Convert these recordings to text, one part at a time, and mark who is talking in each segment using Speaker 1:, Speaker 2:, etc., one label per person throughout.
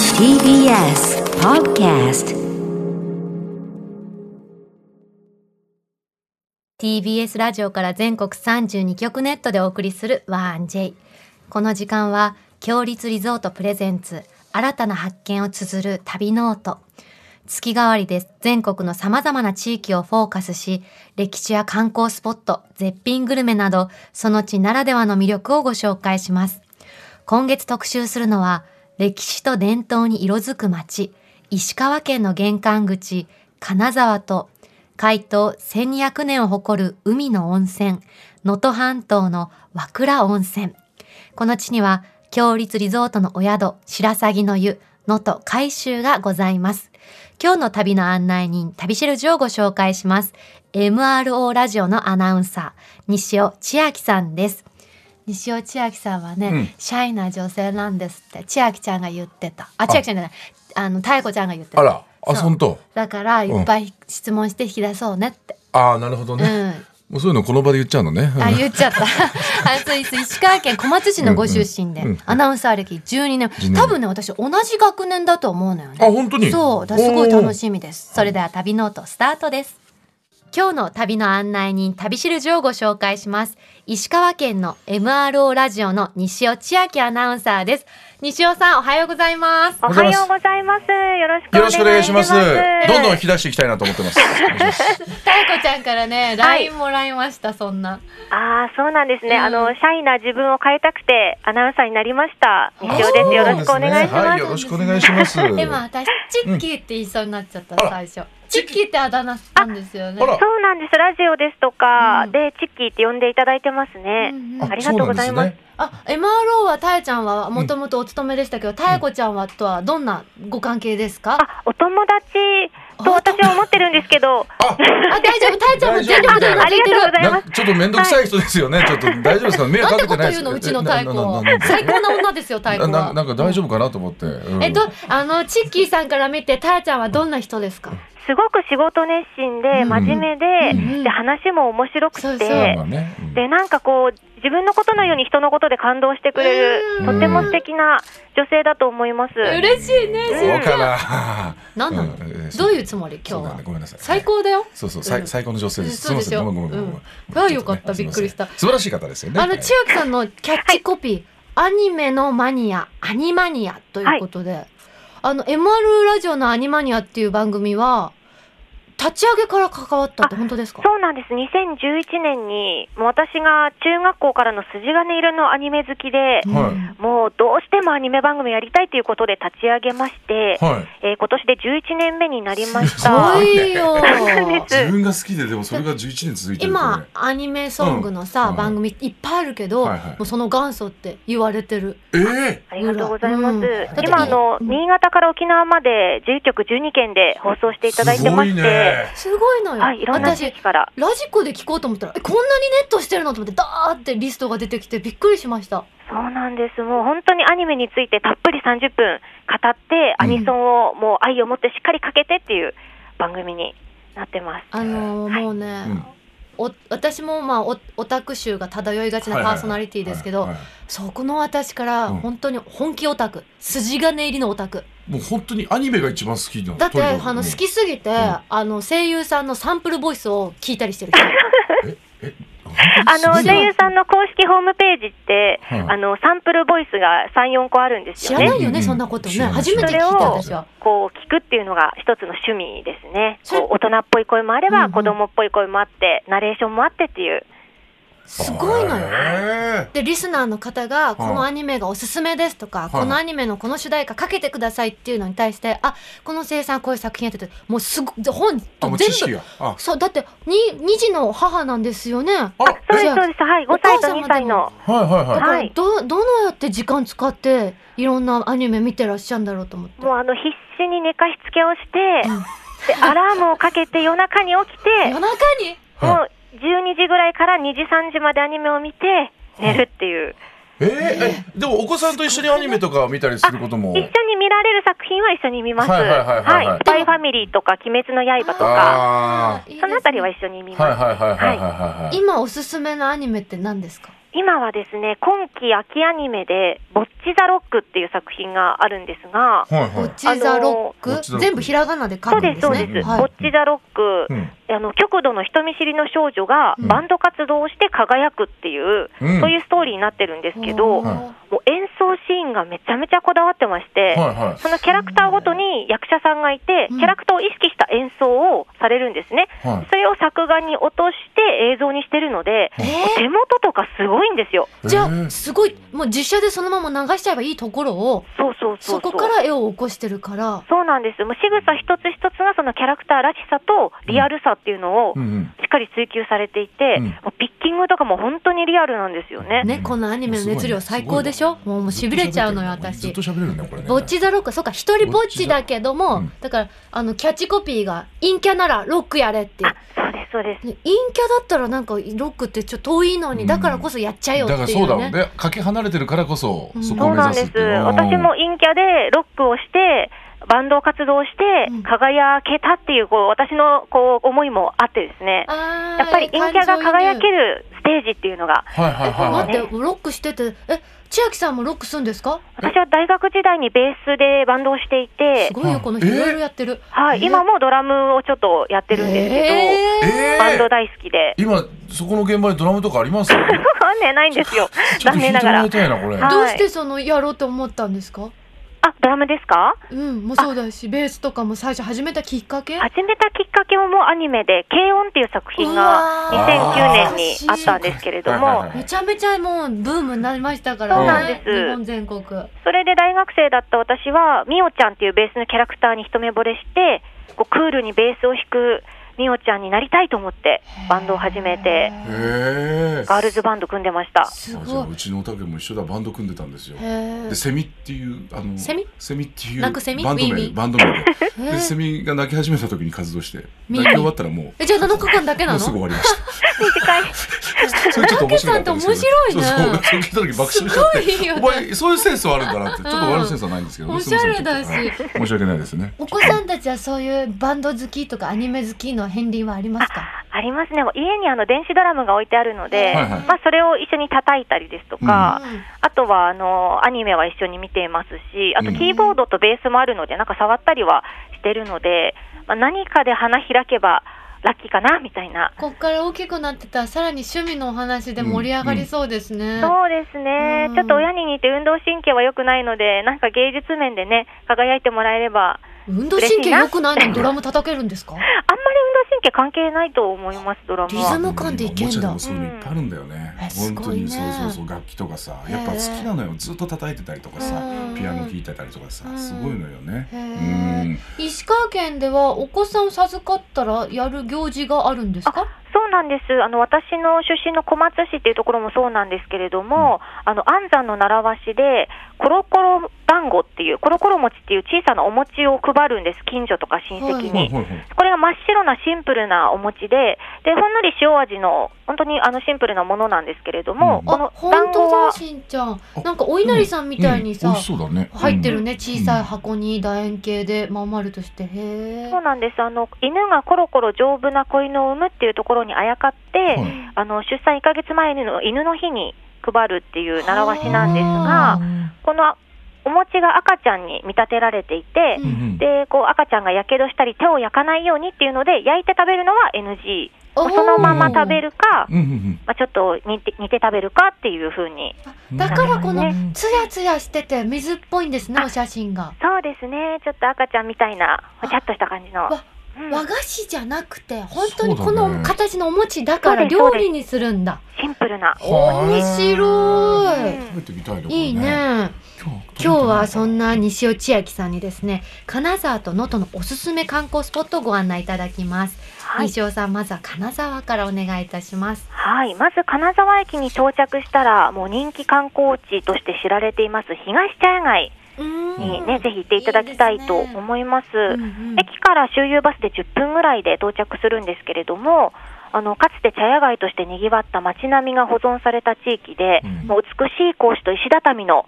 Speaker 1: TBS Podcast
Speaker 2: TBS ラジオから全国32局ネットでお送りする「ワン j この時間は「強立リゾートプレゼンツ新たな発見」を綴る旅ノート月替わりで全国のさまざまな地域をフォーカスし歴史や観光スポット絶品グルメなどその地ならではの魅力をご紹介します今月特集するのは歴史と伝統に色づく町石川県の玄関口金沢と開湯1200年を誇る海の温泉、能登半島の和倉温泉。この地には、強立リゾートのお宿、白鷺の湯、能登海舟がございます。今日の旅の案内人、旅しるじをご紹介します。MRO ラジオのアナウンサー、西尾千秋さんです。西尾千秋さんはね、
Speaker 3: うん
Speaker 2: シャイな女性なんですって、千秋ちゃんが言ってた。あ、千秋ちゃんじゃない。あの、妙子ちゃんが言ってた。
Speaker 3: あら、あ、
Speaker 2: そう
Speaker 3: そんと。
Speaker 2: だからいっぱい質問して引き出そうねって。
Speaker 3: ああ、なるほど
Speaker 2: うん。
Speaker 3: ね。もうそういうのこの場で言っちゃうのね。
Speaker 2: あ、言っちゃった。 あそうです石川県小松市のご出身で、
Speaker 3: うんうん
Speaker 2: アナウンサー歴12年。
Speaker 3: 12年
Speaker 2: 多分ね、私同じ学年だと思うのよね。
Speaker 3: あ本当に
Speaker 2: そう。だからすごい楽
Speaker 3: い。
Speaker 2: しみです。それでは旅ノートスタートです。今日の旅の案内人、旅しるじをご紹介します。石川県の MRO ラジオの西尾千秋アナウンサーです。西尾さん、おはようございます。
Speaker 4: おはようございます。よろしく
Speaker 3: よろしく
Speaker 4: お
Speaker 3: お願
Speaker 4: 願
Speaker 3: い
Speaker 4: い
Speaker 3: し
Speaker 4: し
Speaker 3: ま。
Speaker 4: ますす。
Speaker 3: どんどん引き出していきたいなと思ってます。
Speaker 2: 妙子ちゃんからね、
Speaker 4: はい
Speaker 2: LINE もらいました、そんな。
Speaker 4: ああ、そうなんですね。
Speaker 2: うん
Speaker 4: あの、シャイな自分を変えたくて、アナウンサーになりました。西尾
Speaker 2: あ
Speaker 4: です。よ
Speaker 3: そう
Speaker 4: ろ
Speaker 3: なんで
Speaker 4: しく
Speaker 3: すね
Speaker 4: お願いします。
Speaker 3: はい、よろしくお願いします。
Speaker 2: 今
Speaker 3: あ
Speaker 2: 私チッキーって言いそうになっちゃった、
Speaker 3: うんあ
Speaker 2: 最初チッキーってあだ名なんですよね
Speaker 3: ら、
Speaker 4: そうなんです。ラジオですとか、
Speaker 2: うん
Speaker 4: で、チッキーって呼んでいただいてますね。
Speaker 2: うんうん
Speaker 4: ありがとうございます。
Speaker 2: あ MRO はたえちゃんはもともとお勤めでしたけどたえこちゃんはとはどんなご関係ですか、
Speaker 4: あ、お友達と私は思ってるんですけど、
Speaker 3: あ、
Speaker 2: あ大丈夫たえちゃんも全力でうな
Speaker 4: あ
Speaker 2: ず
Speaker 4: り
Speaker 2: いて
Speaker 4: がと
Speaker 2: る
Speaker 4: うござい
Speaker 3: な
Speaker 4: ます。
Speaker 3: ちょっと面倒くさい人ですよね。ちょっと大丈夫ですか。迷
Speaker 2: なん
Speaker 3: 惑
Speaker 2: てこ
Speaker 3: かけ
Speaker 2: と
Speaker 3: てないで
Speaker 2: 言う
Speaker 3: す
Speaker 2: のうちの太鼓
Speaker 3: ななな
Speaker 2: 最高な女ですよ太鼓
Speaker 3: な
Speaker 2: は
Speaker 3: なんか大丈夫かなと思って。うん
Speaker 2: えっとあのチッキーさんから見てたえちゃんはどんな人ですか
Speaker 4: すごく仕事熱心で、
Speaker 2: うん
Speaker 4: 真面目
Speaker 3: う
Speaker 4: で、
Speaker 2: ん
Speaker 4: で、話も面白くて、
Speaker 2: そうそう
Speaker 3: そうだね。うん
Speaker 4: で、なんかこう、自分のことのように人のことで感動してくれ
Speaker 2: う
Speaker 4: る、
Speaker 2: ん
Speaker 4: とても素敵な女性だと思います。
Speaker 2: 嬉しいねし
Speaker 3: そ
Speaker 2: ん
Speaker 3: うかな。
Speaker 2: なんなの、
Speaker 3: うんえー
Speaker 2: どういうつもり今
Speaker 3: そ
Speaker 2: 日
Speaker 3: うなん
Speaker 2: は
Speaker 3: だ。ごめんなさい。
Speaker 2: 最高だよ
Speaker 3: そうそう、
Speaker 2: う
Speaker 3: 最
Speaker 2: ん
Speaker 3: 最高の女性です。
Speaker 2: そうでしょ
Speaker 3: すいませんごめんごめんごめん
Speaker 2: うんあよかった
Speaker 3: ちょとね
Speaker 2: びっくりした
Speaker 3: すいません素晴らしい方ですよね。
Speaker 2: あの
Speaker 3: はい
Speaker 2: 千秋さんのキャッチコピー、アニメのマニアアニマニアということで、あの MR ラジオのアニマニアっていう番組は立ち上げから関わったって本当ですか
Speaker 4: そうなんです。2011年に、もう私が中学校からの筋金入りのアニメ好きで、
Speaker 3: うはい
Speaker 2: ん
Speaker 4: もうどうしてもアニメ番組やりたいということで立ち上げまして、
Speaker 3: はい。
Speaker 4: えー今年で11年目になりまし
Speaker 2: す
Speaker 4: た。
Speaker 2: ごい よ
Speaker 4: です
Speaker 3: 自分が好きででもそれが11年続いてるから
Speaker 2: 今
Speaker 3: ね
Speaker 2: アニメソングのさ、
Speaker 3: うん
Speaker 2: 番組いっぱいあるけど、
Speaker 3: はいはい
Speaker 2: もうその元祖って言われてる
Speaker 3: ええ
Speaker 4: ありがとうございます。
Speaker 2: うん
Speaker 4: 今、あの、
Speaker 2: うん
Speaker 4: 新潟から沖縄まで11局12県で放送していただいてまして、
Speaker 2: すごいのよ、
Speaker 4: はい、いろんな地
Speaker 2: 私
Speaker 4: 域から。
Speaker 2: ラジコで聞こうと思ったらえこんなにネットしてるのと思ってダーってリストが出てきてびっくりしました
Speaker 4: そうなんです。もう本当にアニメについてたっぷり30分語って、アニソンをもう愛を持ってしっかりかけてっていう番組になってます。
Speaker 2: あのーもうね、
Speaker 3: うん
Speaker 2: お私もまあおオタク臭が漂いがちなパーソナリティですけど、
Speaker 3: はいはいはい
Speaker 2: そこの私から
Speaker 3: うん
Speaker 2: 本当に本気オタク、筋金入りのオタク
Speaker 3: もう本当にアニメが一番好きなの
Speaker 2: だって
Speaker 3: とにかく
Speaker 2: あの好きすぎて、
Speaker 3: ん
Speaker 2: あの声優さんのサンプルボイスを聞いたりしてる人
Speaker 4: あの
Speaker 3: すごい
Speaker 4: 声優さんの公式ホームページって、
Speaker 3: はい
Speaker 4: あのサンプルボイスが3、4個あるんです
Speaker 2: 知
Speaker 4: よ
Speaker 2: ら
Speaker 4: ね。
Speaker 2: ないよ
Speaker 3: うん
Speaker 2: ね、
Speaker 3: うん
Speaker 2: そんなことね
Speaker 3: 知らない
Speaker 2: 初めて聞いた
Speaker 4: それを
Speaker 2: 私は
Speaker 4: こう聞くっていうのが一つの趣味ですね。
Speaker 2: それ
Speaker 4: こう大人っぽい声もあれ
Speaker 2: うんう
Speaker 4: ば、
Speaker 2: ん
Speaker 4: 子供っぽい声もあって、ナレーションもあってっていう。
Speaker 2: すごいのよ
Speaker 3: へえ
Speaker 2: でリスナーの方がこのアニメがおすすめですとか、
Speaker 3: い
Speaker 2: このアニメのこの主題歌かけてくださいっていうのに対してあこの声優さんこういう作品やっててもうすご本
Speaker 3: あ
Speaker 2: と
Speaker 3: もう知
Speaker 2: 全
Speaker 3: 識
Speaker 2: 部
Speaker 3: があ
Speaker 2: そうだってに2児の母なんですよね
Speaker 3: あら
Speaker 4: そう
Speaker 3: え
Speaker 4: です、そうです。はい、5歳と2歳の。
Speaker 3: はいはい
Speaker 2: だ
Speaker 3: は
Speaker 2: から
Speaker 4: はい
Speaker 2: どどのやって時間使っていろんなアニメ見てらっしゃるんだろうと思って
Speaker 4: もうあの必死に寝かしつけをして、でアラームをかけて夜中に起きて
Speaker 2: 夜、中に
Speaker 3: うん
Speaker 4: もう12時ぐらいから2時、3時までアニメを見て、寝るっていう。
Speaker 3: いえええでもお子さんと一緒にアニメとか見たりすることも
Speaker 4: 一緒に見られる作品は一緒に見ます。
Speaker 3: はいはいはいはいはい
Speaker 4: スパイファミリーとか、鬼滅の刃とか、
Speaker 3: あ
Speaker 2: いいです
Speaker 4: そ
Speaker 2: ね
Speaker 4: のあたりは一緒に見
Speaker 3: あはい
Speaker 4: ます。
Speaker 3: はいはいはいはい
Speaker 4: は
Speaker 3: はいはい
Speaker 2: 今おすすめのアニメって何ですか
Speaker 4: 今はですね、今季秋アニメで、ボッチ・ザ・ロックっていう作品があるんですが、
Speaker 3: はい
Speaker 2: ボ
Speaker 3: は
Speaker 2: ッチザロッ
Speaker 3: あのーボ
Speaker 2: ク
Speaker 3: ッチザロック
Speaker 2: 全部ひらがなで書く
Speaker 4: そうん
Speaker 2: で
Speaker 4: ですす、
Speaker 2: ね。
Speaker 4: そうです、
Speaker 2: はい
Speaker 4: ボッチ・ザ・ロック、
Speaker 3: い。うん。
Speaker 4: あの極度の人見知りの少女が
Speaker 2: うん
Speaker 4: バンド活動をして輝くっていう、
Speaker 3: うん
Speaker 4: そういうストーリーになってるんですけど、
Speaker 2: お
Speaker 4: も
Speaker 2: ー
Speaker 3: は
Speaker 4: う演奏シーンがめちゃめちゃこだわってまし
Speaker 3: は
Speaker 4: て、
Speaker 3: いは
Speaker 4: そのキャラクターごとに役者さんがいて、
Speaker 2: う
Speaker 4: キ
Speaker 2: ん
Speaker 4: ャラクターを意識した演奏をされるんですね。
Speaker 3: い。はい
Speaker 4: それを作画に落として映像にしてるので、
Speaker 2: え
Speaker 4: 手元とかすごいんですよ。
Speaker 2: ー、じ
Speaker 3: え
Speaker 2: ゃあ
Speaker 3: ー
Speaker 2: すごいもう実写でそのまま流しちゃえばいいところを
Speaker 4: そうそうそ
Speaker 2: そう
Speaker 4: そう。
Speaker 2: こから絵を起こしてるから。
Speaker 4: そうなんです。もう仕草一つ一つがそのキャラクターらしさとリアルさっていうのを
Speaker 3: うんうん。
Speaker 4: しっかり追求されていて、
Speaker 3: うん
Speaker 4: もうピッキングとかも本当にリアルなんですよね。
Speaker 2: ね、このアニメの熱量最高でしょもうもう痺れちゃうのよ、
Speaker 3: ずっ
Speaker 2: 私
Speaker 3: と。喋れるね、これね。
Speaker 2: ぼっちザロック、そっか、一人ぼっちだけども、
Speaker 3: ぼっちザ
Speaker 2: だから、あの、キャッチコピーが、陰キャならロックやれっていう
Speaker 4: あ。、そうです、そうです。
Speaker 2: ね陰キャだったらなんかロックってちょっと遠いの
Speaker 3: う
Speaker 2: に
Speaker 3: ん
Speaker 2: だからこそやっちゃえよって
Speaker 3: だ
Speaker 2: いう
Speaker 3: か
Speaker 2: ね
Speaker 3: らそうだもんね。かけ離れてるからこそ、そこ
Speaker 4: そ
Speaker 3: を
Speaker 4: う
Speaker 3: 目
Speaker 4: なん
Speaker 3: 指
Speaker 4: です
Speaker 3: っ
Speaker 4: す
Speaker 3: ていう。うん
Speaker 4: 私も。陰キャでロックをして、バンドを活動して
Speaker 2: うん、
Speaker 4: 輝けたっていう、こう、私の、こう、思いもあってですね。
Speaker 2: あー
Speaker 4: やっぱり陰キャが輝けるステージっていうのが、
Speaker 3: はいはいはいは
Speaker 2: 感
Speaker 3: い
Speaker 2: 情移。入待ってロックしててえ千秋さんもロックするんですか
Speaker 4: 私は大学時代にベースでバンドをしていて
Speaker 2: す、ごいよこの人
Speaker 3: え
Speaker 2: いろいろやってる
Speaker 4: はい、
Speaker 2: え
Speaker 4: 今もドラムをちょっとやってるんですけ
Speaker 2: えー
Speaker 4: ど、
Speaker 3: え
Speaker 4: バンド
Speaker 3: ー。
Speaker 4: 大好きで
Speaker 3: 今、そこの現場にドラムとかあります
Speaker 4: わかんねないんですよ。
Speaker 3: ちょっ
Speaker 4: 残
Speaker 3: と弾
Speaker 4: 念
Speaker 3: い
Speaker 4: な
Speaker 3: て
Speaker 4: が
Speaker 3: も
Speaker 4: ら
Speaker 3: らい。たいな、これ。
Speaker 4: は
Speaker 2: どうしてそのやろうと思ったんですか
Speaker 4: あ、ドラムですか
Speaker 2: うんもうそうだしベースとかも最初始めたきっかけ
Speaker 4: 始めたきっかけももうアニメで、軽音っていう作品が
Speaker 2: う
Speaker 3: わ
Speaker 4: 2009
Speaker 3: ー
Speaker 4: 年にあったんですけれど
Speaker 3: はいはい
Speaker 4: も
Speaker 3: はい、
Speaker 2: めちゃめちゃもうブームになりましたからね
Speaker 3: そうなん
Speaker 4: です
Speaker 2: 日本全国
Speaker 4: それで大学生だった私は、ミオちゃんっていうベースのキャラクターに一目惚れして、こうクールにベースを弾くミオちゃんになりたいと思って、バンドを始めて、
Speaker 3: へえ。
Speaker 4: ガールズバンド組んでました。
Speaker 2: す
Speaker 3: あじゃ
Speaker 2: ご
Speaker 3: あ
Speaker 2: いう
Speaker 3: ちのおたけも一緒だバンド組んでたんですよ
Speaker 2: へ。ー
Speaker 3: でセミっていうあの
Speaker 2: セミ
Speaker 3: っていう
Speaker 2: 鳴くセミ
Speaker 3: バンド
Speaker 2: ウィーウ
Speaker 3: 名
Speaker 2: ィー
Speaker 3: バン ド名
Speaker 2: へ
Speaker 3: ででセ
Speaker 2: ー
Speaker 3: ミが鳴き始めた時に活動して
Speaker 2: ミー
Speaker 3: 鳴き終わったらも
Speaker 2: えじゃあ7日間だけ
Speaker 3: うも
Speaker 2: な
Speaker 3: うすぐ
Speaker 2: の
Speaker 3: 終わりまし
Speaker 4: 短い。
Speaker 3: た。 それちょっと面白かったんですけど。
Speaker 2: おたけさんって面白いね
Speaker 3: そうそう。それ聞いた時爆笑しちゃって。
Speaker 2: すごいよね
Speaker 3: お前そういうセンスはあるんだなって。ちょっと我々のセンスはないんですけど。
Speaker 2: おしゃれだし
Speaker 3: すいませんちょっとはい申し訳ないですね。
Speaker 2: お子さんたちはそういうバンド好きとかアニメ好きの片鱗はありますか
Speaker 4: ありますね。家にあの電子ドラムが置いてあるの
Speaker 3: は
Speaker 4: で、
Speaker 3: いはい
Speaker 4: まあそれを一緒に叩いたりですとか、
Speaker 2: うん
Speaker 4: あとはあのアニメは一緒に見ていますし、あ
Speaker 3: う
Speaker 4: と
Speaker 3: ん
Speaker 4: キーボードとベースもあるので、なんか触ったりはしてるので、まあ、何かで花開けばラッキーかなみたいな。
Speaker 2: こっから大きくなってたらさらに趣味のお話で盛り上がりそうですね。
Speaker 4: そうですね、
Speaker 2: うん
Speaker 4: ちょっと親に似て運動神経は良くないので、なんか芸術面でね、輝いてもらえれば、
Speaker 2: 運動神経良くないのにドラム叩けるんですか？
Speaker 4: あんまり運動神経関係ないと思います、ドラム
Speaker 2: リズ
Speaker 4: は。
Speaker 2: ム感でいけんだ
Speaker 3: おもちゃでもそういうのいっぱいあるんだよね
Speaker 2: うんえ。す
Speaker 3: 本
Speaker 2: ご
Speaker 3: 当
Speaker 2: いね
Speaker 3: にそうそうそう楽器とかさ、やっぱ好きなのよ。ずっと叩いてたりとかさ
Speaker 2: うん、
Speaker 3: ピアノ弾いてたりとか
Speaker 2: う
Speaker 3: さ、
Speaker 2: ん
Speaker 3: すごいのよね。
Speaker 2: へ
Speaker 3: う
Speaker 2: ー
Speaker 3: ん。
Speaker 2: 石川県ではお子さんを授かったらやる行事があるんですか？
Speaker 4: そうなんですあの私の出身の小松市っていうところもそうなんですけれども、あの安産の習わしで、コロコロ団子っていう、コロコロ餅っていう小さなお餅を配るんです、近所とか親戚に。
Speaker 2: は
Speaker 3: はいはいはい。
Speaker 4: これが真っ白なシンプルなお餅で、でほんのり塩味の、本当にあのシンプルなものなんですけれども、
Speaker 3: うん
Speaker 4: こ
Speaker 2: あ
Speaker 4: の、
Speaker 2: 本
Speaker 4: 団子
Speaker 2: 当だ
Speaker 4: は
Speaker 2: しんちゃん。なんかお稲荷さんみたいに
Speaker 3: う
Speaker 2: さ
Speaker 3: ん美味しそうだね。
Speaker 2: 入ってる
Speaker 3: ね。
Speaker 2: ね小さい箱に楕円形でまん丸としてへえ
Speaker 4: そう。なんですあの犬がコロコロ丈夫な子犬を産むっていうところにあやかって、
Speaker 3: はい
Speaker 4: あの出産1ヶ月前の犬の日に配るっていう習わしなんです
Speaker 2: あ
Speaker 4: が、
Speaker 2: ー
Speaker 4: このお餅が赤ちゃんに見立てられていて、
Speaker 2: う
Speaker 3: うんうん
Speaker 4: でこう赤ちゃんがやけどしたり手を焼かないようにっていうので焼いて食べるのは NG、まあそのまま食べるか、
Speaker 3: うんうん
Speaker 4: まあ、ちょっと煮て煮て食べるかっていうふうに
Speaker 3: うん
Speaker 2: だからこの
Speaker 3: うん
Speaker 2: ツヤツヤしてて水っぽいんですねお写真が。
Speaker 4: そうですねちょっと赤ちゃんみたいなほちゃっとした感じの
Speaker 2: わ
Speaker 4: うん
Speaker 2: 和菓子じゃなくて本当に
Speaker 3: そう
Speaker 2: こ
Speaker 3: だね
Speaker 2: の形のお餅だから
Speaker 4: そうですそ
Speaker 2: 料
Speaker 4: うです
Speaker 2: 理にするんだ。
Speaker 4: シンプルな。
Speaker 3: は
Speaker 2: 面白
Speaker 4: う
Speaker 2: い。
Speaker 4: ん
Speaker 3: 食べてみたいね。これ
Speaker 2: いいね。
Speaker 3: 今日
Speaker 2: 今日はそんな西尾千秋さんにですね、金沢と能登のおすすめ観光スポットをご案内いただきます。
Speaker 4: はい
Speaker 2: 西尾さん、まずは金沢からお願いいたします。
Speaker 4: はい、まず金沢駅に到着したら、もう人気観光地として知られています東茶屋街
Speaker 2: う
Speaker 4: に
Speaker 2: ん
Speaker 4: ね、ぜひ行っていただきたいと思います。
Speaker 2: うん
Speaker 4: 駅から周遊バスで10分ぐらいで到着するんですけれども、あのかつて茶屋街として賑わった街並みが保存された地域で、
Speaker 3: うん
Speaker 4: もう美しい格子と石畳の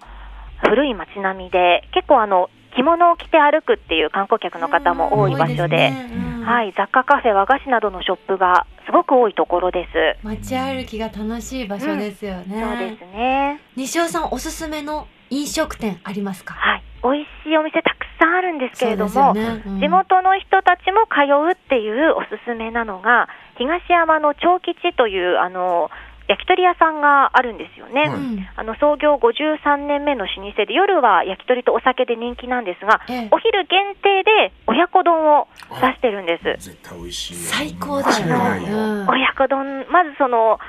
Speaker 4: 古い街並みで、結構あの着物を着て歩くっていう観光客の方も多い場所で、
Speaker 2: うん
Speaker 4: はい、雑貨カフェ、和菓子などのショップがすごく多いところです。
Speaker 2: 街歩きが楽しい場所ですよね。
Speaker 4: そうですね。
Speaker 2: 西尾さんおすすめの飲食店ありますか？
Speaker 4: はい、美味しいお店たくさんあるんですけれども、
Speaker 2: そうですよねうん
Speaker 4: 地元の人たちも通うっていうおすすめなのが、東山の長吉というあの焼き鳥屋さんがあるんですよね。
Speaker 3: は
Speaker 2: う
Speaker 3: い
Speaker 2: ん
Speaker 4: あの創業53年目の老舗で夜は焼き鳥とお酒で人気なんですが、
Speaker 2: ええ
Speaker 4: お昼限定で親子丼を出してるんです。
Speaker 3: 絶対美味しいよ
Speaker 2: 最高だよ
Speaker 3: 間違い
Speaker 2: ね。
Speaker 3: ないよ
Speaker 2: うん
Speaker 4: 親子丼、まずその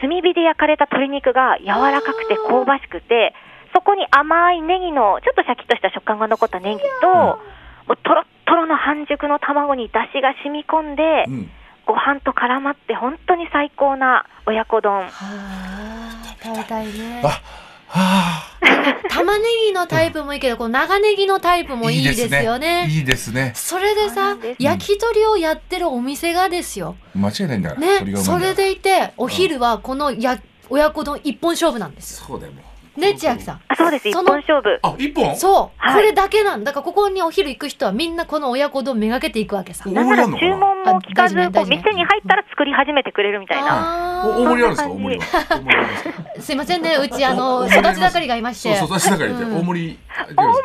Speaker 4: 炭火で焼かれた鶏肉が柔らかくて香ばしくて、そこに甘いネギのちょっとシャキッとした食感が残ったネギと、もうとろっとろの半熟の卵に出汁が染み込んで、
Speaker 3: うん
Speaker 4: ご飯と絡まって本当に最高な親子丼。
Speaker 2: はあ、食べたいね。
Speaker 3: あは
Speaker 2: 玉ねぎのタイプもいいけど、こう長ネギのタイプ
Speaker 3: あ
Speaker 2: もいいですよね。
Speaker 3: いいですね
Speaker 2: それで
Speaker 4: そうな
Speaker 2: さ
Speaker 4: んです、
Speaker 2: 焼き鳥をやってるお店がですよ。
Speaker 3: 間違いないんだから
Speaker 2: ね
Speaker 3: 鳥、がうまい
Speaker 2: そ
Speaker 3: んだ
Speaker 2: れでいて、お昼はこのや親子丼一本勝負なんです
Speaker 3: そうだよも
Speaker 2: よ。ね、千秋さん。
Speaker 4: あそうです、一
Speaker 2: そ
Speaker 4: 本
Speaker 2: の
Speaker 4: 勝負。
Speaker 3: あ一本
Speaker 2: そう、
Speaker 4: はい
Speaker 2: これだけなんだ。だからここにお昼行く人はみんなこの親子丼めがけていくわけさ。
Speaker 4: なんなら
Speaker 3: 大盛り
Speaker 4: 注
Speaker 3: あんのか
Speaker 4: 文も聞かず
Speaker 2: あ大事ね、
Speaker 4: こう
Speaker 2: 大事ね
Speaker 4: 店に入ったら作り始めてくれるみたいな。
Speaker 3: な
Speaker 2: あ
Speaker 3: お大盛りあるんですか
Speaker 4: そ
Speaker 3: 大
Speaker 4: ん
Speaker 3: 盛りは大盛
Speaker 4: な感じ
Speaker 3: りあるんですか
Speaker 2: すいませんね、うちあの
Speaker 3: お
Speaker 2: 育ち盛りがいまし
Speaker 3: そう
Speaker 2: て。
Speaker 3: そう私だから言って
Speaker 2: うん
Speaker 3: 大盛り
Speaker 4: 大盛りはち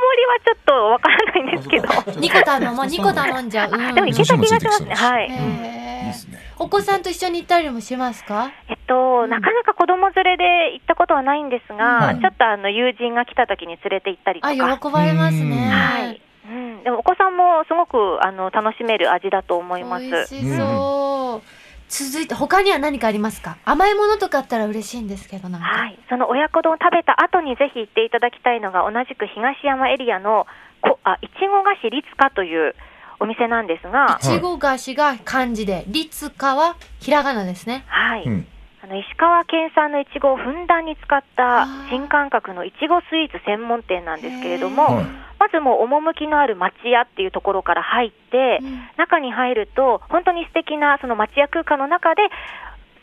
Speaker 4: ょっとわからないんですけど。
Speaker 2: ニコタの、まあ、ニコタ飲んじゃう。う
Speaker 4: あ
Speaker 2: ん
Speaker 4: でもいけた気がしますね。は
Speaker 2: へ
Speaker 3: い
Speaker 4: い。
Speaker 3: い
Speaker 2: え
Speaker 3: ですね
Speaker 2: お子さんと一緒に行ったりもしますか。
Speaker 4: えっと、なかなか子供連れで行ったことはないんですが、
Speaker 3: うん
Speaker 4: ちょっとあの友人が来た時に連れて行ったりと
Speaker 2: あ、
Speaker 4: か。
Speaker 2: 喜ばれます
Speaker 3: うん
Speaker 4: はい
Speaker 2: ね。。
Speaker 4: うん、でもお子さんもすごくあの楽しめる味だと思います。
Speaker 2: 美味しそう。続いて、他には何かありますか。甘いものとかあったら嬉しいんですけど、なんか。
Speaker 4: はい、その親子丼を食べた後にぜひ行っていただきたいのが同じく東山エリアのこあいちご菓子律香というお店なんですが
Speaker 2: い、ちご菓子が漢字で、律かはひらがなですね。
Speaker 4: はい、
Speaker 3: うん
Speaker 4: あの石川県産のいちごをふんだんに使った
Speaker 2: あー
Speaker 4: 新感覚のいちごスイーツ専門店なんですけれど
Speaker 2: へ
Speaker 4: も、
Speaker 3: はい
Speaker 4: まずもう趣のある町屋っていうところから入って、
Speaker 2: うん
Speaker 4: 中に入ると本当に素敵なその町屋空間の中で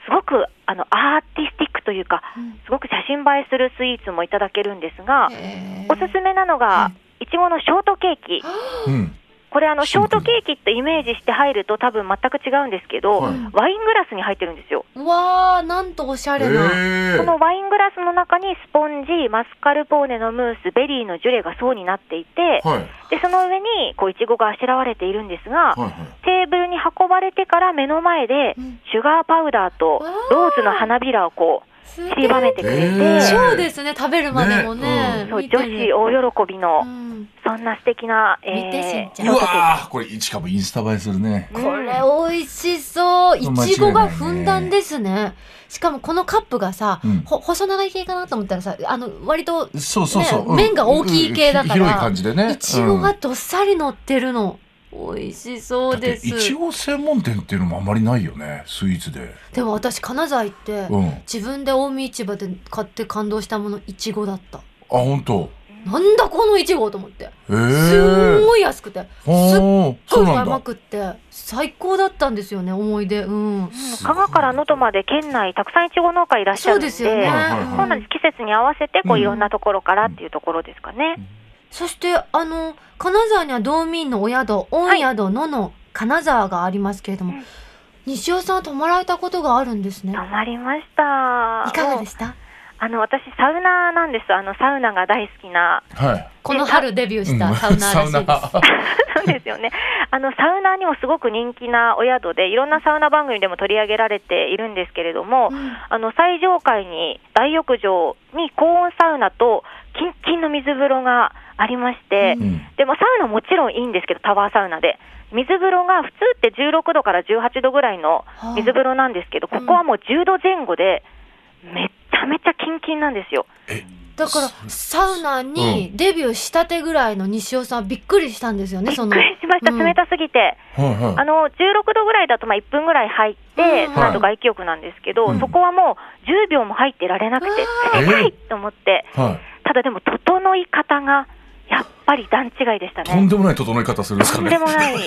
Speaker 4: すごくあのアーティスティックというか
Speaker 2: うん
Speaker 4: すごく写真映えするスイーツもいただけるんですが、
Speaker 2: へえ
Speaker 4: おすすめなのが、いちごのショートケーキ。
Speaker 3: うん
Speaker 4: これあの、シ
Speaker 3: シン
Speaker 4: ョー
Speaker 3: プル
Speaker 4: トケーキってイメージして入ると多分全く違うんですけど、
Speaker 3: はい
Speaker 4: ワイングラスに入ってるんですよ。
Speaker 2: わあ、なんとおしゃれな。
Speaker 3: へ
Speaker 4: こ
Speaker 3: ー
Speaker 4: のワイングラスの中にスポンジ、マスカルポーネのムース、ベリーのジュレが層になっていて、
Speaker 3: はい
Speaker 4: で、その上に、こう、いちごがあしらわれているんです
Speaker 3: は
Speaker 4: が、
Speaker 3: いはい
Speaker 4: テーブルに運ばれてから目の前で
Speaker 2: うん、
Speaker 4: シュガーパウダーと
Speaker 2: わー
Speaker 4: ローズの花びらをこう、
Speaker 2: す
Speaker 4: 散りばめてくれて、
Speaker 3: えー
Speaker 4: そ
Speaker 2: そうですね、食べるまでもね。
Speaker 3: ね
Speaker 4: う
Speaker 2: 見て
Speaker 4: 女
Speaker 2: る
Speaker 4: 子大喜びの、
Speaker 2: うん
Speaker 4: そんな素敵な、え
Speaker 2: 見てしん
Speaker 4: ー、
Speaker 2: ち
Speaker 4: シ
Speaker 2: ゃ
Speaker 4: ョ
Speaker 2: ん
Speaker 4: ー
Speaker 3: う
Speaker 4: トケー
Speaker 3: わーこれしかもインスタ映えするね
Speaker 4: キ。
Speaker 2: これ
Speaker 4: うん
Speaker 2: 美味しそう。い
Speaker 3: 間違いないね
Speaker 2: ちごがふんだんですね。しかもこのカップがさ、
Speaker 3: うん
Speaker 2: ほ細長い系かなと思ったらさ、あの、割と、
Speaker 3: そうそうそう
Speaker 2: ね
Speaker 3: うん
Speaker 2: 麺が大きい系だから
Speaker 3: うん広い感じでね
Speaker 2: いちご
Speaker 3: う
Speaker 2: が
Speaker 3: ん
Speaker 2: どっさり乗ってるの。美味しそう
Speaker 3: だっ
Speaker 2: で
Speaker 3: て
Speaker 2: す。
Speaker 3: いちご専門店っていうのもあんまりないよねスイーツで
Speaker 2: でも私、金沢行って、
Speaker 3: うんあ
Speaker 2: 自分で近江市場で買って感動したもの、いちごだった。
Speaker 3: 本当
Speaker 2: なんだこのいちごと思って。
Speaker 3: へえ
Speaker 2: すんごい安くて、すっ
Speaker 3: おー
Speaker 2: ご
Speaker 3: そう
Speaker 2: い
Speaker 3: なん
Speaker 2: 甘
Speaker 3: だ
Speaker 2: くって、最高だったんですよね、思い出。うん。
Speaker 4: 香川から能登まで県内たくさんいちご農家いらっしゃ
Speaker 2: そ
Speaker 4: る
Speaker 2: うん
Speaker 4: で
Speaker 2: ですよね。
Speaker 3: はいはいはい
Speaker 4: そうなんです季節に合わせてこ
Speaker 3: う
Speaker 4: うんいろんなところからっていうところですかね、
Speaker 2: そしてあの金沢には道民のお宿御宿、野の金沢がありますけれども、
Speaker 4: うん
Speaker 2: 西尾さんは泊まられたことがあるんですね
Speaker 4: たまりました
Speaker 2: いかがで
Speaker 4: もう
Speaker 2: した
Speaker 4: あの私サウナーなんですあのサウナが大好きな
Speaker 3: はい
Speaker 2: この春デビューしたサウナーらしいです、
Speaker 4: そうですよねあのサウナーにもすごく人気なお宿でいろんなサウナ番組でも取り上げられているんですけれども、
Speaker 2: うん
Speaker 4: あの最上階に大浴場に高温サウナとキンキンの水風呂がありまして、
Speaker 2: うん
Speaker 3: うん
Speaker 4: でもサウナもちろんいいんですけど、タワーサウナで。水風呂が普通って16度から18度ぐらいの
Speaker 2: あ
Speaker 4: 水風呂なんですけど、
Speaker 2: うん
Speaker 4: ここはもう10度前後で、めちゃめちゃキンキンなんですよ。
Speaker 2: だからサウナにデビューしたてぐらいの西尾さんはびっくりしたんですよね
Speaker 4: びっ
Speaker 2: そ
Speaker 4: く
Speaker 2: の
Speaker 4: りしました、
Speaker 2: うん
Speaker 4: 冷たすぎて。
Speaker 3: はいはい
Speaker 4: あの、16度ぐらいだとまあ1分ぐらい入って、
Speaker 2: うん
Speaker 4: その後外気浴なんですけど、
Speaker 3: うん
Speaker 4: そこはもう10秒も入ってられなくて
Speaker 2: うわ、
Speaker 3: ー
Speaker 4: 冷たいと思って、
Speaker 3: はい
Speaker 4: ただでも、整い方がやっぱぱり段違いでした
Speaker 3: とん
Speaker 4: ね。
Speaker 3: でもない整え方するんです
Speaker 4: と
Speaker 3: かね
Speaker 4: んでもない。
Speaker 2: あの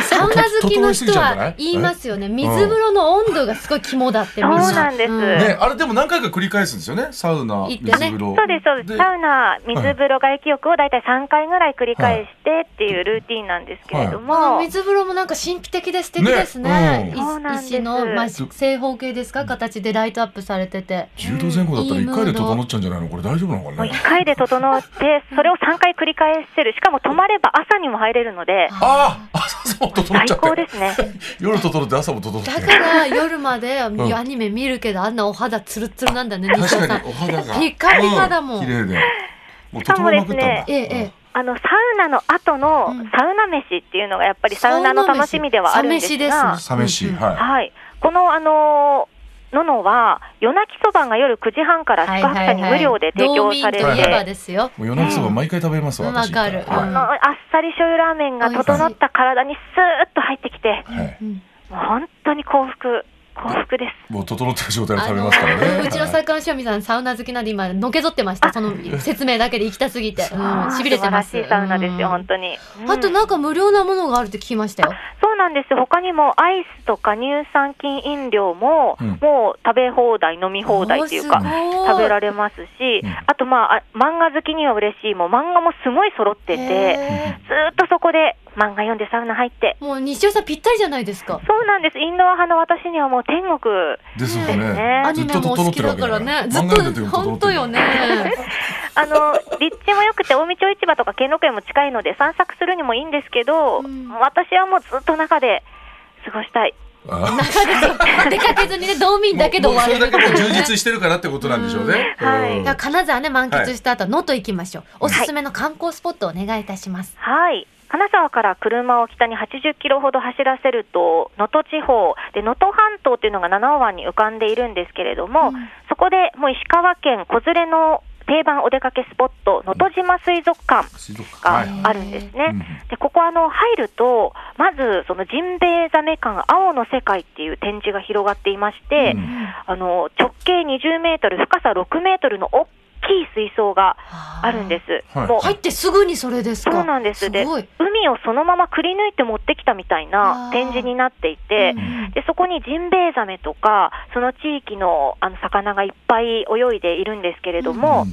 Speaker 2: サウナ好きの人
Speaker 3: 整え
Speaker 2: は
Speaker 3: すぎちゃうんじゃない
Speaker 2: 言います よね水風呂の温度がすごい肝だってみな
Speaker 4: そうなんです
Speaker 3: ね、あれでも何回か繰り返すんですよね。サウナ、
Speaker 2: 行っ
Speaker 3: 水
Speaker 2: てね
Speaker 3: 風呂。
Speaker 4: そうです、そうです。サウナ、水風呂、外気浴を大体3回ぐらい繰り返してっていうルーティンなんですけれど
Speaker 2: あの
Speaker 4: も、
Speaker 2: 水風呂もなんか神秘的で素敵ですね
Speaker 3: ねうん
Speaker 2: い
Speaker 4: そうなんです
Speaker 2: 石の、まあ、正方形ですか形でライトアップされてて
Speaker 3: 10度前後だったら1回で整っちゃうんじゃないのこれ大丈夫なのか
Speaker 4: もう
Speaker 3: ね
Speaker 4: 1回で整って、それを3回繰り返せる。しかも泊まれば朝にも入れるので、
Speaker 3: ああ、朝も整っ
Speaker 4: 最
Speaker 3: ちゃっ
Speaker 4: 高
Speaker 3: て。
Speaker 4: ですね。
Speaker 3: 夜整って朝も整って。
Speaker 2: だから夜までア
Speaker 3: ん
Speaker 2: ニメ見るけどあんなお肌ツルツルなんだね西
Speaker 3: 確
Speaker 2: 尾さん
Speaker 3: かにお肌が。
Speaker 2: ピカピカだもん
Speaker 3: う綺麗で。もう整いまくったんだ。
Speaker 4: しかもですね
Speaker 2: ええええ
Speaker 4: あの、サウナの後の
Speaker 2: うん
Speaker 4: サウナ飯っていうのがやっぱりサウナの楽しみではあるんです
Speaker 2: サメ
Speaker 4: が
Speaker 2: シ、
Speaker 3: サメシ、
Speaker 2: うん
Speaker 3: はい。
Speaker 4: はい。この、あのー、ののは、夜泣きそばが夜9時半から宿泊者に無料で提供され
Speaker 2: 道民といえば
Speaker 4: て、
Speaker 2: ですよ
Speaker 3: もう夜泣きそば毎回食べますわ、
Speaker 2: うん
Speaker 3: 私。
Speaker 2: わかる
Speaker 4: こ
Speaker 3: は
Speaker 4: のあっさり醤油ラーメンが整った体にスーッと入ってきて、
Speaker 3: い。はい
Speaker 2: うん
Speaker 4: もう本当に幸福、幸福です。
Speaker 3: もう整ってる状態で
Speaker 2: あ
Speaker 3: 食べ
Speaker 2: の
Speaker 3: ますからね。
Speaker 2: うちの
Speaker 3: はい
Speaker 2: 作家の塩見さんサウナ好きなんで今のけぞってましたその説明だけで行きたすぎて、うん、しびれてます
Speaker 4: 素晴らしいサウナですよ、
Speaker 2: うん
Speaker 4: 本当に。うん
Speaker 2: あとなんか無料なものがあるって聞きましたよ。
Speaker 4: そうなんです。他にもアイスとか乳酸菌飲料も、
Speaker 3: うん
Speaker 4: もう食べ放題、飲み放題っていうか
Speaker 2: お、ーすごい
Speaker 4: 食べられますし、
Speaker 3: うん
Speaker 4: あとまあ、あ漫画好きには嬉しい、もう漫画もすごい揃ってて、
Speaker 2: へ
Speaker 4: ずーっとそこで漫画読んでサウナ入って、
Speaker 2: ーもう西尾さんぴったりじゃないですか。
Speaker 4: そうなんです。インドア派の私にはもう天国。
Speaker 3: ですよ
Speaker 4: ね
Speaker 3: ね。
Speaker 2: ア
Speaker 3: ず
Speaker 2: ニ
Speaker 3: っ
Speaker 2: メ
Speaker 3: と
Speaker 2: もお
Speaker 3: 整
Speaker 2: 好
Speaker 3: って
Speaker 2: き
Speaker 3: る
Speaker 2: だ
Speaker 3: わけ
Speaker 2: からね。ずっ
Speaker 3: 漫画出て
Speaker 2: と
Speaker 3: る整ってる
Speaker 2: 本当よね。
Speaker 4: あの、立地も良くて、大見町市場とか兼六園も近いので散策するにもいいんですけど、
Speaker 2: うん
Speaker 4: 私はもうずっと中で過ごしたい。
Speaker 3: あー
Speaker 2: 出かけずにね道民だけで終われる
Speaker 3: もうそれだけもう充
Speaker 2: ね
Speaker 3: 実してるからってことなんでしょうね。
Speaker 4: うんはい
Speaker 3: うん
Speaker 2: いや金沢ね満喫した後能登行きましょう。おすすめの観光スポットお願いいたします。
Speaker 4: はい。金沢から車を北に80キロほど走らせると、能登地方、で、能登半島っていうのが七尾湾に浮かんでいるんですけれども、
Speaker 2: うん。
Speaker 4: そこでもう石川県小連れの定番お出かけスポット、能登島水族館
Speaker 3: 水族館。
Speaker 4: が
Speaker 3: はい。
Speaker 4: あるんですね。
Speaker 3: うん
Speaker 4: でここあの入ると、まずそのジンベエザメ館青の世界っていう展示が広がっていまして、
Speaker 3: うん
Speaker 4: あの直径20メートル、深さ6メートルの大きい水槽があるんですす。
Speaker 3: はい
Speaker 4: もう
Speaker 2: 入ってすぐにそれですか。
Speaker 4: そうなんですです
Speaker 2: ごい。
Speaker 4: 海をそのままくり抜いて持ってきたみたい
Speaker 2: あ
Speaker 4: な
Speaker 2: ー
Speaker 4: 展示になっていて
Speaker 2: うんう、ん
Speaker 4: でそこにジンベエザメとか、その地域のあの魚がいっぱい泳いでいるんですけれども、
Speaker 3: うん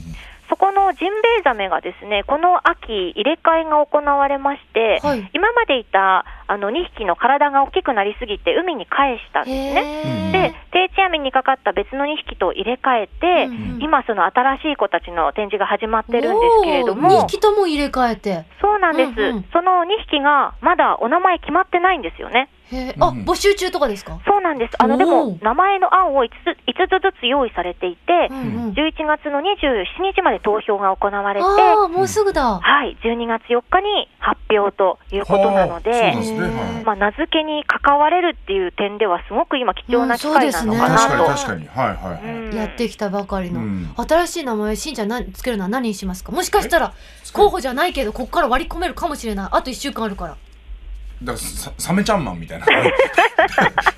Speaker 4: そこのジンベエザメがですね、この秋、入れ替えが行われまして、
Speaker 2: はい。
Speaker 4: 今までいたあの2匹の体が大きくなりすぎて海に返したん
Speaker 2: へ
Speaker 4: です
Speaker 2: ー
Speaker 4: ね。で、定置網にかかった別の2匹と入れ替えて、
Speaker 2: うんうん
Speaker 4: 今その新しい子たちの展示が始まってるんですけれど
Speaker 2: おー二
Speaker 4: も、
Speaker 2: 匹とも入れ替えて。
Speaker 4: そうなんです、
Speaker 2: うんうん
Speaker 4: その2匹がまだお名前決まってないんですよね。
Speaker 2: へーあ
Speaker 3: うん
Speaker 2: 募集中とかですか。
Speaker 4: そうなんです。あの、で
Speaker 2: お
Speaker 4: も
Speaker 2: ー
Speaker 4: 名前の案を5つ ,5 つずつ用意されていて、
Speaker 2: うんうん
Speaker 4: 11月の27日まで投票が行われて、
Speaker 2: ああもうすぐだ。
Speaker 4: はい、12月4日に発表ということなの
Speaker 3: はあそう
Speaker 4: で
Speaker 3: なん、ですね。はい
Speaker 4: まあ、名付けに関われるっていう点ではすごく今貴重な機会なのか
Speaker 3: 確か
Speaker 4: な
Speaker 3: に
Speaker 4: と、
Speaker 3: 確かに。はいはいはい。
Speaker 4: うん
Speaker 2: やってきたばかりの、
Speaker 3: うん
Speaker 2: 新しい名前しんちゃんなつけるのは何にしますかもしかしたら候補じゃないけどここから割り込めるかもしれないあと1週間あるから
Speaker 3: だからササメちゃんマンみた いな。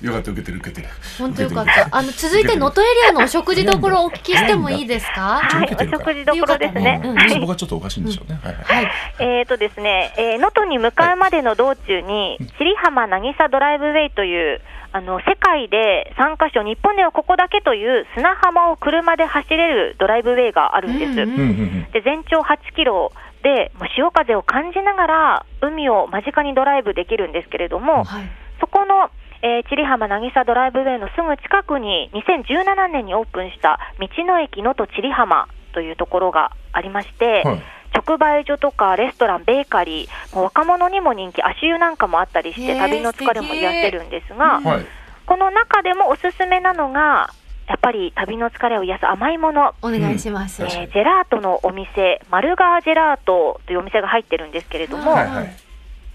Speaker 3: よかった受けてる受けてる。
Speaker 2: 本当よかったあの続いて能登エリアのお食事どころをお聞きしてもいいですか
Speaker 4: はい、
Speaker 3: 受け
Speaker 4: お
Speaker 3: てるから
Speaker 4: 食事どころですね。
Speaker 2: うん
Speaker 3: うんそこがちょっとおかしいんでしょうね。はいはい。
Speaker 2: はい
Speaker 4: えーとですね、えー能登に向かうまでの道中に、千里浜渚ドライブウェイという、あの、世界で3カ所、日本ではここだけという砂浜を車で走れるドライブウェイがあるんです。
Speaker 2: うんうん
Speaker 3: うんうんうん。
Speaker 4: で、全長8キロで、もう潮風を感じながら、海を間近にドライブできるんですけれども、
Speaker 2: はい
Speaker 4: そこの、えー、千里浜渚ドライブウェイのすぐ近くに、2017年にオープンした、道の駅能登千里浜というところがありまして、
Speaker 3: はい。
Speaker 4: 直売所とかレストラン、ベーカリー、もう若者にも人気、足湯なんかもあったりし
Speaker 2: へ
Speaker 4: て、
Speaker 2: ー
Speaker 4: 旅の疲れも癒せるんですが、
Speaker 2: 素敵
Speaker 3: はい。
Speaker 4: この中でもおすすめなのが、やっぱり旅の疲れを癒す甘いもの、
Speaker 2: お願いします、
Speaker 3: う
Speaker 4: え
Speaker 3: ん確かに
Speaker 4: ージェラートのお店、マルガージェラートというお店が入ってるんですけれども、
Speaker 3: はいはい。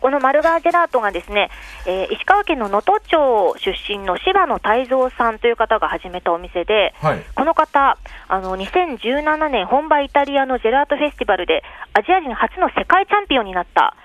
Speaker 4: このマルガージェラートがですね、えー石川県の能登町出身の柴野泰造さんという方が始めたお店で、
Speaker 3: はい。
Speaker 4: この方、あの2017年本場イタリアのジェラートフェスティバルでアジア人初の世界チャンピオンになった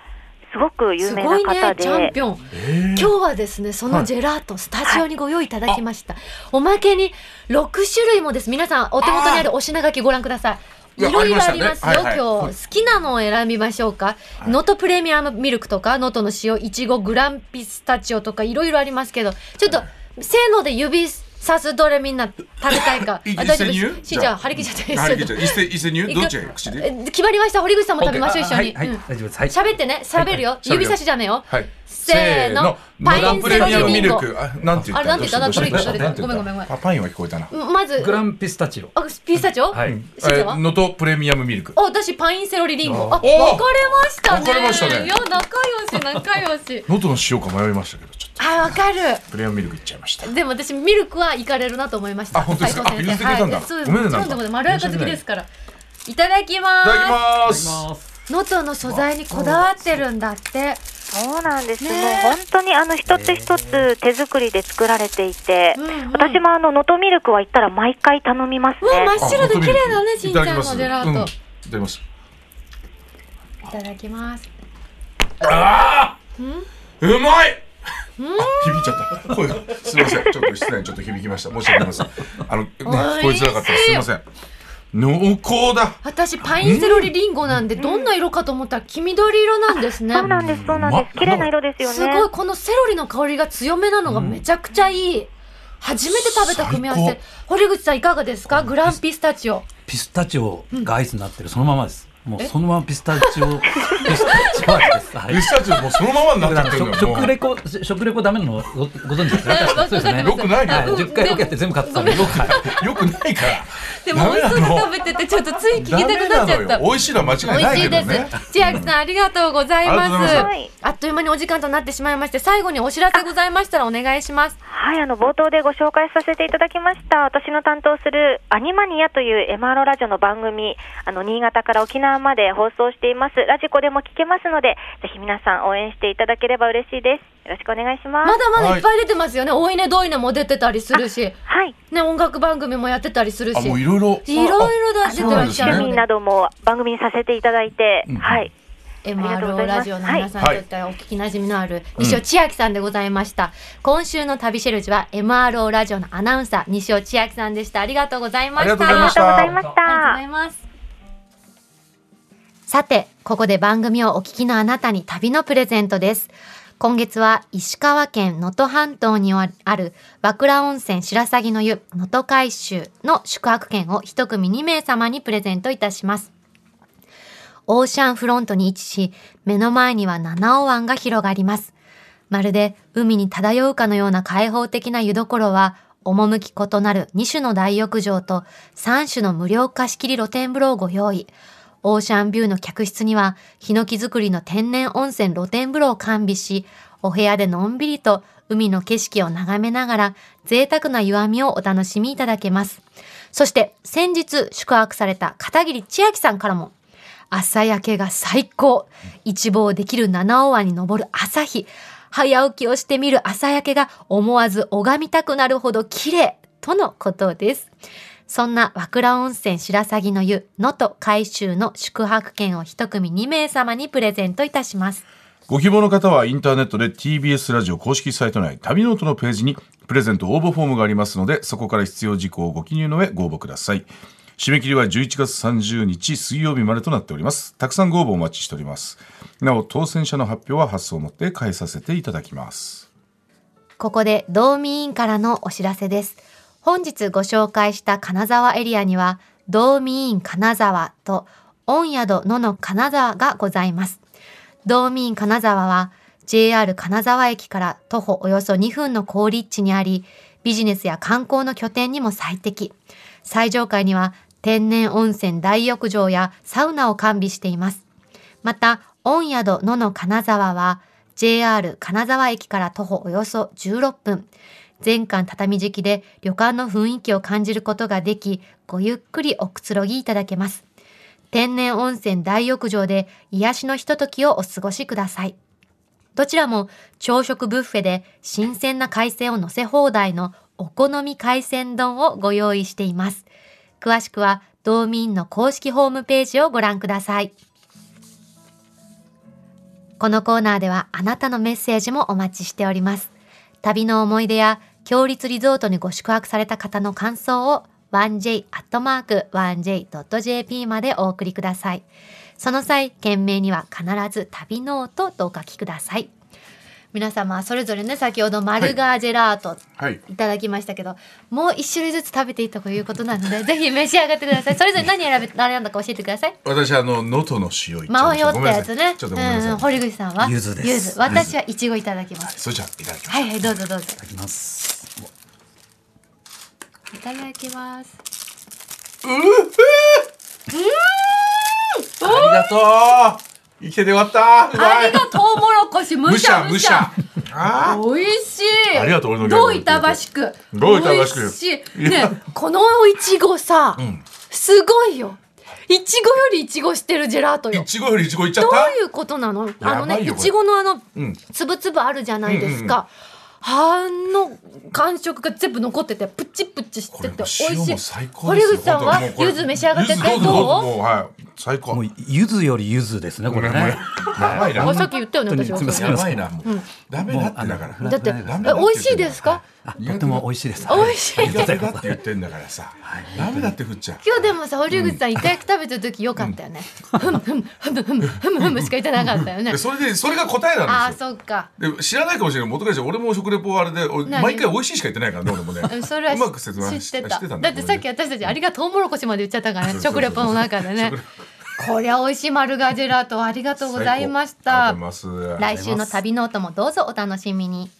Speaker 4: すごく有
Speaker 2: す
Speaker 4: 名
Speaker 2: ご
Speaker 4: ない方
Speaker 2: ね
Speaker 4: で、
Speaker 2: チャンピオン
Speaker 3: え
Speaker 2: 今日はですねそのジェラート、スタジオにご用意いただきましたおまけに6種類もです皆さんお手元にあるお品書きご覧くださいいろいろありますよ、
Speaker 3: いやありましたねはいはい
Speaker 2: 今日。好きなのを選びましょうか。
Speaker 3: い。
Speaker 2: 能登プレミアムミルクとか、能登の塩、いちご、グランピスタチオとか、いろいろありますけど、ちょっと、せーので指さすどれみんな食べたいか
Speaker 3: い
Speaker 2: あ大丈夫
Speaker 3: 一斉に言う
Speaker 2: しんちゃん、張り切っちゃっていい
Speaker 3: 張り切っちゃう
Speaker 2: です
Speaker 3: 一斉一斉に言う
Speaker 2: いく
Speaker 3: どっちが口で
Speaker 2: え決まりました。堀口さんも食べましょう、一緒に。
Speaker 3: はいはい
Speaker 2: うん
Speaker 5: 大丈夫です。はい。
Speaker 2: 喋ってね、喋るよ。
Speaker 3: 喋るよ
Speaker 2: 指差しじゃねえよ。
Speaker 3: はい
Speaker 2: せーの
Speaker 3: パ
Speaker 2: パ
Speaker 3: イ
Speaker 2: イ
Speaker 3: ン
Speaker 2: ン
Speaker 3: プ
Speaker 2: セ
Speaker 3: レ
Speaker 2: ロリ
Speaker 3: ミアムミル
Speaker 2: リンゴ
Speaker 3: クあなんて言った
Speaker 2: あれなんて言った
Speaker 3: どうし
Speaker 2: なんて言った
Speaker 3: どうし
Speaker 2: ごめんごめんごめん
Speaker 3: あパインは聞こえたな
Speaker 2: まず、
Speaker 5: グランピスタチオ。
Speaker 2: あピスタチオ、
Speaker 5: はい
Speaker 2: しんちゃんは
Speaker 3: えのとプレミアムミルク
Speaker 2: あ私パインセロリリンゴ。あ、分かれ
Speaker 3: お
Speaker 2: ましたね。
Speaker 3: 分かれましたね。
Speaker 2: いや、仲良し、仲良し
Speaker 3: 能登の塩か迷いましたけどちょっ
Speaker 2: あ、わか
Speaker 3: と
Speaker 2: る。
Speaker 3: プレミアムミルクいっちゃいました
Speaker 2: でも私、ミルクは行かれるなと思いました。
Speaker 3: あ本当ですか
Speaker 2: 斉藤先生
Speaker 3: あ許してくれたんだ
Speaker 2: はいそうです。
Speaker 3: ごめんね
Speaker 2: もちろんでもね、まろやか好きですから。いただきます。
Speaker 3: いただきま
Speaker 5: い
Speaker 3: す
Speaker 5: ます。
Speaker 2: 能登の素材にこだわってるんだって。
Speaker 4: そうなんです、
Speaker 2: ね
Speaker 4: もう本当にあの一つ一つ手作りで作られていて、
Speaker 2: うんうん
Speaker 4: 私もあの能登ミルクは行ったら毎回頼みます
Speaker 2: うわ、
Speaker 4: ね。
Speaker 2: 真っ白で綺麗だね、しんちゃんのジェラー
Speaker 3: うん
Speaker 2: ト
Speaker 3: い。ただきます
Speaker 2: いただきます。
Speaker 3: ああうまいあ響いちゃった声がすみませんちょっと失礼にちょっと響きました申し訳ありませんあのね聞こえづらかったすみません濃厚だ
Speaker 2: 私、パインセロリリンゴなんで、どんな色かと思ったら黄緑色なんですね。
Speaker 4: そうなんです、そうなんで
Speaker 3: う
Speaker 4: す。
Speaker 3: ま
Speaker 4: 綺麗な色ですよね。
Speaker 2: すごいこのセロリの香りが強めなのがめちゃくちゃいい、初めて食べた組み合わ
Speaker 3: 最
Speaker 2: せ
Speaker 3: 高
Speaker 2: 堀口さんいかがですかグランピスタチオ
Speaker 5: ピスタチオがアイスになってるそのままです。もうそのままピスタチ オ、ピスタチオアイスです。はい
Speaker 3: ピ。スタチオもうそのままになっちゃってるの
Speaker 5: 食
Speaker 3: よも
Speaker 5: 食
Speaker 3: う
Speaker 5: レコ食レコダメなのごご存知ですね。
Speaker 2: わかってます
Speaker 3: よくない
Speaker 5: はい
Speaker 3: よ
Speaker 2: うん
Speaker 5: 10回ロケやって全部買ってたんで。
Speaker 3: よくないから
Speaker 2: でも美味しそうに食べててちょっとつい聞きたくなっちゃっ
Speaker 3: ダメな
Speaker 2: た
Speaker 3: のよ美味しいのは間違い
Speaker 2: 美
Speaker 3: ない
Speaker 2: 味し
Speaker 3: け
Speaker 2: いで
Speaker 3: ど
Speaker 2: す、
Speaker 3: ね
Speaker 2: 千秋さんありがとうございま
Speaker 3: ありがとうご
Speaker 2: す
Speaker 3: ざい
Speaker 4: ます
Speaker 2: あっという間にお時間となってしまいまして最後にお知らせございましたらお願いします
Speaker 4: はい、あの冒頭でご紹介させていただきました、私の担当するアニマニアという MRO ラジオの番組、あの新潟から沖縄まで放送しています。ラジコでも聞けますので、ぜひ皆さん応援していただければ嬉しいです。よろしくお願いします。
Speaker 2: まだまだいっぱい出てますよね、おいねどいねも出てたりするし
Speaker 4: はい、
Speaker 2: ね音楽番組もやってたりする
Speaker 3: あ
Speaker 2: し
Speaker 3: もういろいろ
Speaker 2: いろいろだ
Speaker 3: あ
Speaker 2: 出てらっしゃる
Speaker 3: そ
Speaker 4: 趣
Speaker 3: う
Speaker 2: の
Speaker 4: 味
Speaker 2: で
Speaker 4: なども番組にさせていただいて、
Speaker 3: うん
Speaker 4: はい、ありがとう
Speaker 2: MRO
Speaker 4: ございます
Speaker 2: ラジオの皆さんに
Speaker 3: はい
Speaker 2: とってはお聞きなじみのある西尾千秋さんでございました、今週の旅シェルジュは MRO ラジオのアナウンサー西尾千秋さんでしたありがとうございました
Speaker 3: ありがとうございまし
Speaker 4: ありがとうござい
Speaker 3: た
Speaker 4: まし
Speaker 2: ありがとうご
Speaker 4: た
Speaker 2: ざ。いますさてここで番組をお聞きのあなたに旅のプレゼントです今月は石川県能登半島にある和倉温泉白鷺の湯能登海舟の宿泊券を一組2名様にプレゼントいたしますオーシャンフロントに位置し、目の前には七尾湾が広がります。まるで海に漂うかのような開放的な湯どころは、趣異なる2種の大浴場と3種の無料貸し切り露天風呂をご用意。オーシャンビューの客室には、ヒノキ作りの天然温泉露天風呂を完備し、お部屋でのんびりと海の景色を眺めながら、贅沢な湯あみをお楽しみいただけます。そして、先日宿泊された片桐千秋さんからも、朝焼けが最高一望できる七尾湾に登る朝日早起きをしてみる朝焼けが思わず拝みたくなるほど綺麗とのことですそんな和倉温泉白鷺の湯能登海舟の宿泊券を一組2名様にプレゼントいたします
Speaker 3: ご希望の方はインターネットで TBS ラジオ公式サイト内旅ノートのページにプレゼント応募フォームがありますのでそこから必要事項をご記入の上ご応募ください締め切りは11月30日水曜日までとなっておりますたくさんご応募お待ちしておりますなお当選者の発表は発送をもって返させていただきます
Speaker 2: ここで道民委員からのお知らせです。本日ご紹介した金沢エリアには、道民委員金沢と、御宿野の金沢がございます。道民委員金沢は、JR 金沢駅から徒歩およそ2分の好立地にあり、ビジネスや観光の拠点にも最適。最上階には、天然温泉大浴場やサウナを完備しています。また、御宿野の金沢は、JR 金沢駅から徒歩およそ16分。全館畳敷きで旅館の雰囲気を感じることができ、ごゆっくりおくつろぎいただけます。天然温泉大浴場で癒しのひとときをお過ごしください。どちらも朝食ブッフェで新鮮な海鮮を乗せ放題のお好み海鮮丼をご用意しています。詳しくは道民の公式ホームページをご覧ください。このコーナーではあなたのメッセージもお待ちしております。旅の思い出や、強立リゾートにご宿泊された方の感想を、 1j.1j.jp までお送りください。その際、件名には必ず旅ノートとお書きください。皆様、それぞれね、先ほどマルガージェラート、
Speaker 3: はい
Speaker 2: いただきましたけど、もう一種類ずつ食べていたということなので、ぜひ召し上がってください。それぞれ何選べ、選んだか教えてください。
Speaker 3: 私あの能登の塩いっちゃ
Speaker 2: 迷
Speaker 3: い
Speaker 2: っ
Speaker 3: ましたご
Speaker 2: た
Speaker 3: めんな
Speaker 2: や
Speaker 3: さ
Speaker 2: つ
Speaker 3: い
Speaker 2: ね。
Speaker 3: ちょっとごめんなさい、
Speaker 2: うん、堀口さんは
Speaker 5: 柚子です
Speaker 2: 柚子私はイチゴいただきます。
Speaker 3: それじゃあいただきます、
Speaker 2: はいはい、どうぞどうぞ。
Speaker 5: いきます。
Speaker 2: いただきます。
Speaker 3: ありがとう生きててよかったうま
Speaker 2: あれ
Speaker 3: い
Speaker 2: がトウモロコシむ
Speaker 3: む
Speaker 2: し
Speaker 3: し
Speaker 2: ゃ
Speaker 3: ゃ
Speaker 2: む
Speaker 3: む
Speaker 2: し
Speaker 3: し
Speaker 2: ゃ
Speaker 3: ゃ。あ
Speaker 2: 美味しい。
Speaker 3: ありがとう俺のギャグ
Speaker 2: どういたばしく。
Speaker 3: どういたばしく
Speaker 2: 美味しい。ね、このいちごさ、すごいよ。いちごよりいちごしてるジェラート
Speaker 3: ー
Speaker 2: よ
Speaker 3: い。ちごよりいちごいっちゃっ
Speaker 2: ど
Speaker 3: た
Speaker 2: ういうことなの？あの
Speaker 3: やば
Speaker 2: ね、
Speaker 3: いよ
Speaker 2: い
Speaker 3: これ
Speaker 2: ちごのあの
Speaker 3: うん
Speaker 2: つぶつぶあるじゃないですか。あの感触が全部残っててプチプチし
Speaker 3: こ
Speaker 2: て
Speaker 3: れ
Speaker 2: て美味
Speaker 3: 塩
Speaker 2: しい
Speaker 3: も最。高
Speaker 2: 堀
Speaker 3: ですよ
Speaker 2: 口さんは
Speaker 3: 本当も
Speaker 2: 柚
Speaker 3: うこれ
Speaker 2: 子召し上がってて
Speaker 3: 柚子うぞうぞ
Speaker 2: どう？
Speaker 3: もうはい最高
Speaker 5: もう柚子より柚子ですねこれ
Speaker 3: もう
Speaker 5: ね
Speaker 3: や。ばいな
Speaker 2: あさっき言ったよね私は
Speaker 5: 本当にすみ
Speaker 3: や
Speaker 5: ません
Speaker 3: ばいなもう、ダメだってだから
Speaker 5: もうあの
Speaker 2: だってえ
Speaker 5: ダメ
Speaker 3: だって
Speaker 2: 美味しいですか？
Speaker 5: あとても美味しいです。
Speaker 2: 美味しい
Speaker 5: ありが
Speaker 3: 苦
Speaker 5: と
Speaker 3: 手
Speaker 5: う
Speaker 3: だっ
Speaker 5: ございま
Speaker 3: て言ってんだからさダメだってふっちゃん
Speaker 2: 今日でもさ堀口さんイカ焼き食べてる時よかったよね。ふむふむふむふむふむふむしか言ってなかったよね
Speaker 3: で。それでそれが答え
Speaker 2: あ
Speaker 3: なん
Speaker 2: あ
Speaker 3: ですよ
Speaker 2: そっか。
Speaker 3: で知らないかもしれない元彼氏俺も食レポあれで俺
Speaker 2: 何
Speaker 3: 毎回美味しいしか言ってないからね俺もね
Speaker 2: うんそれは
Speaker 3: うまく説明
Speaker 2: 知って
Speaker 3: 知
Speaker 2: た
Speaker 3: ってたん
Speaker 2: だってさっき
Speaker 3: や
Speaker 2: 私たちありがとうもろこしまで言っちゃったから
Speaker 3: そ
Speaker 2: ね
Speaker 3: うそうそ
Speaker 2: 食
Speaker 3: う
Speaker 2: レポの中でねこりゃ美味しいマルガジェラートありがとうございまし
Speaker 3: あ
Speaker 2: た
Speaker 3: りがとうございます
Speaker 2: 来週の旅ノートもどうぞお楽しみに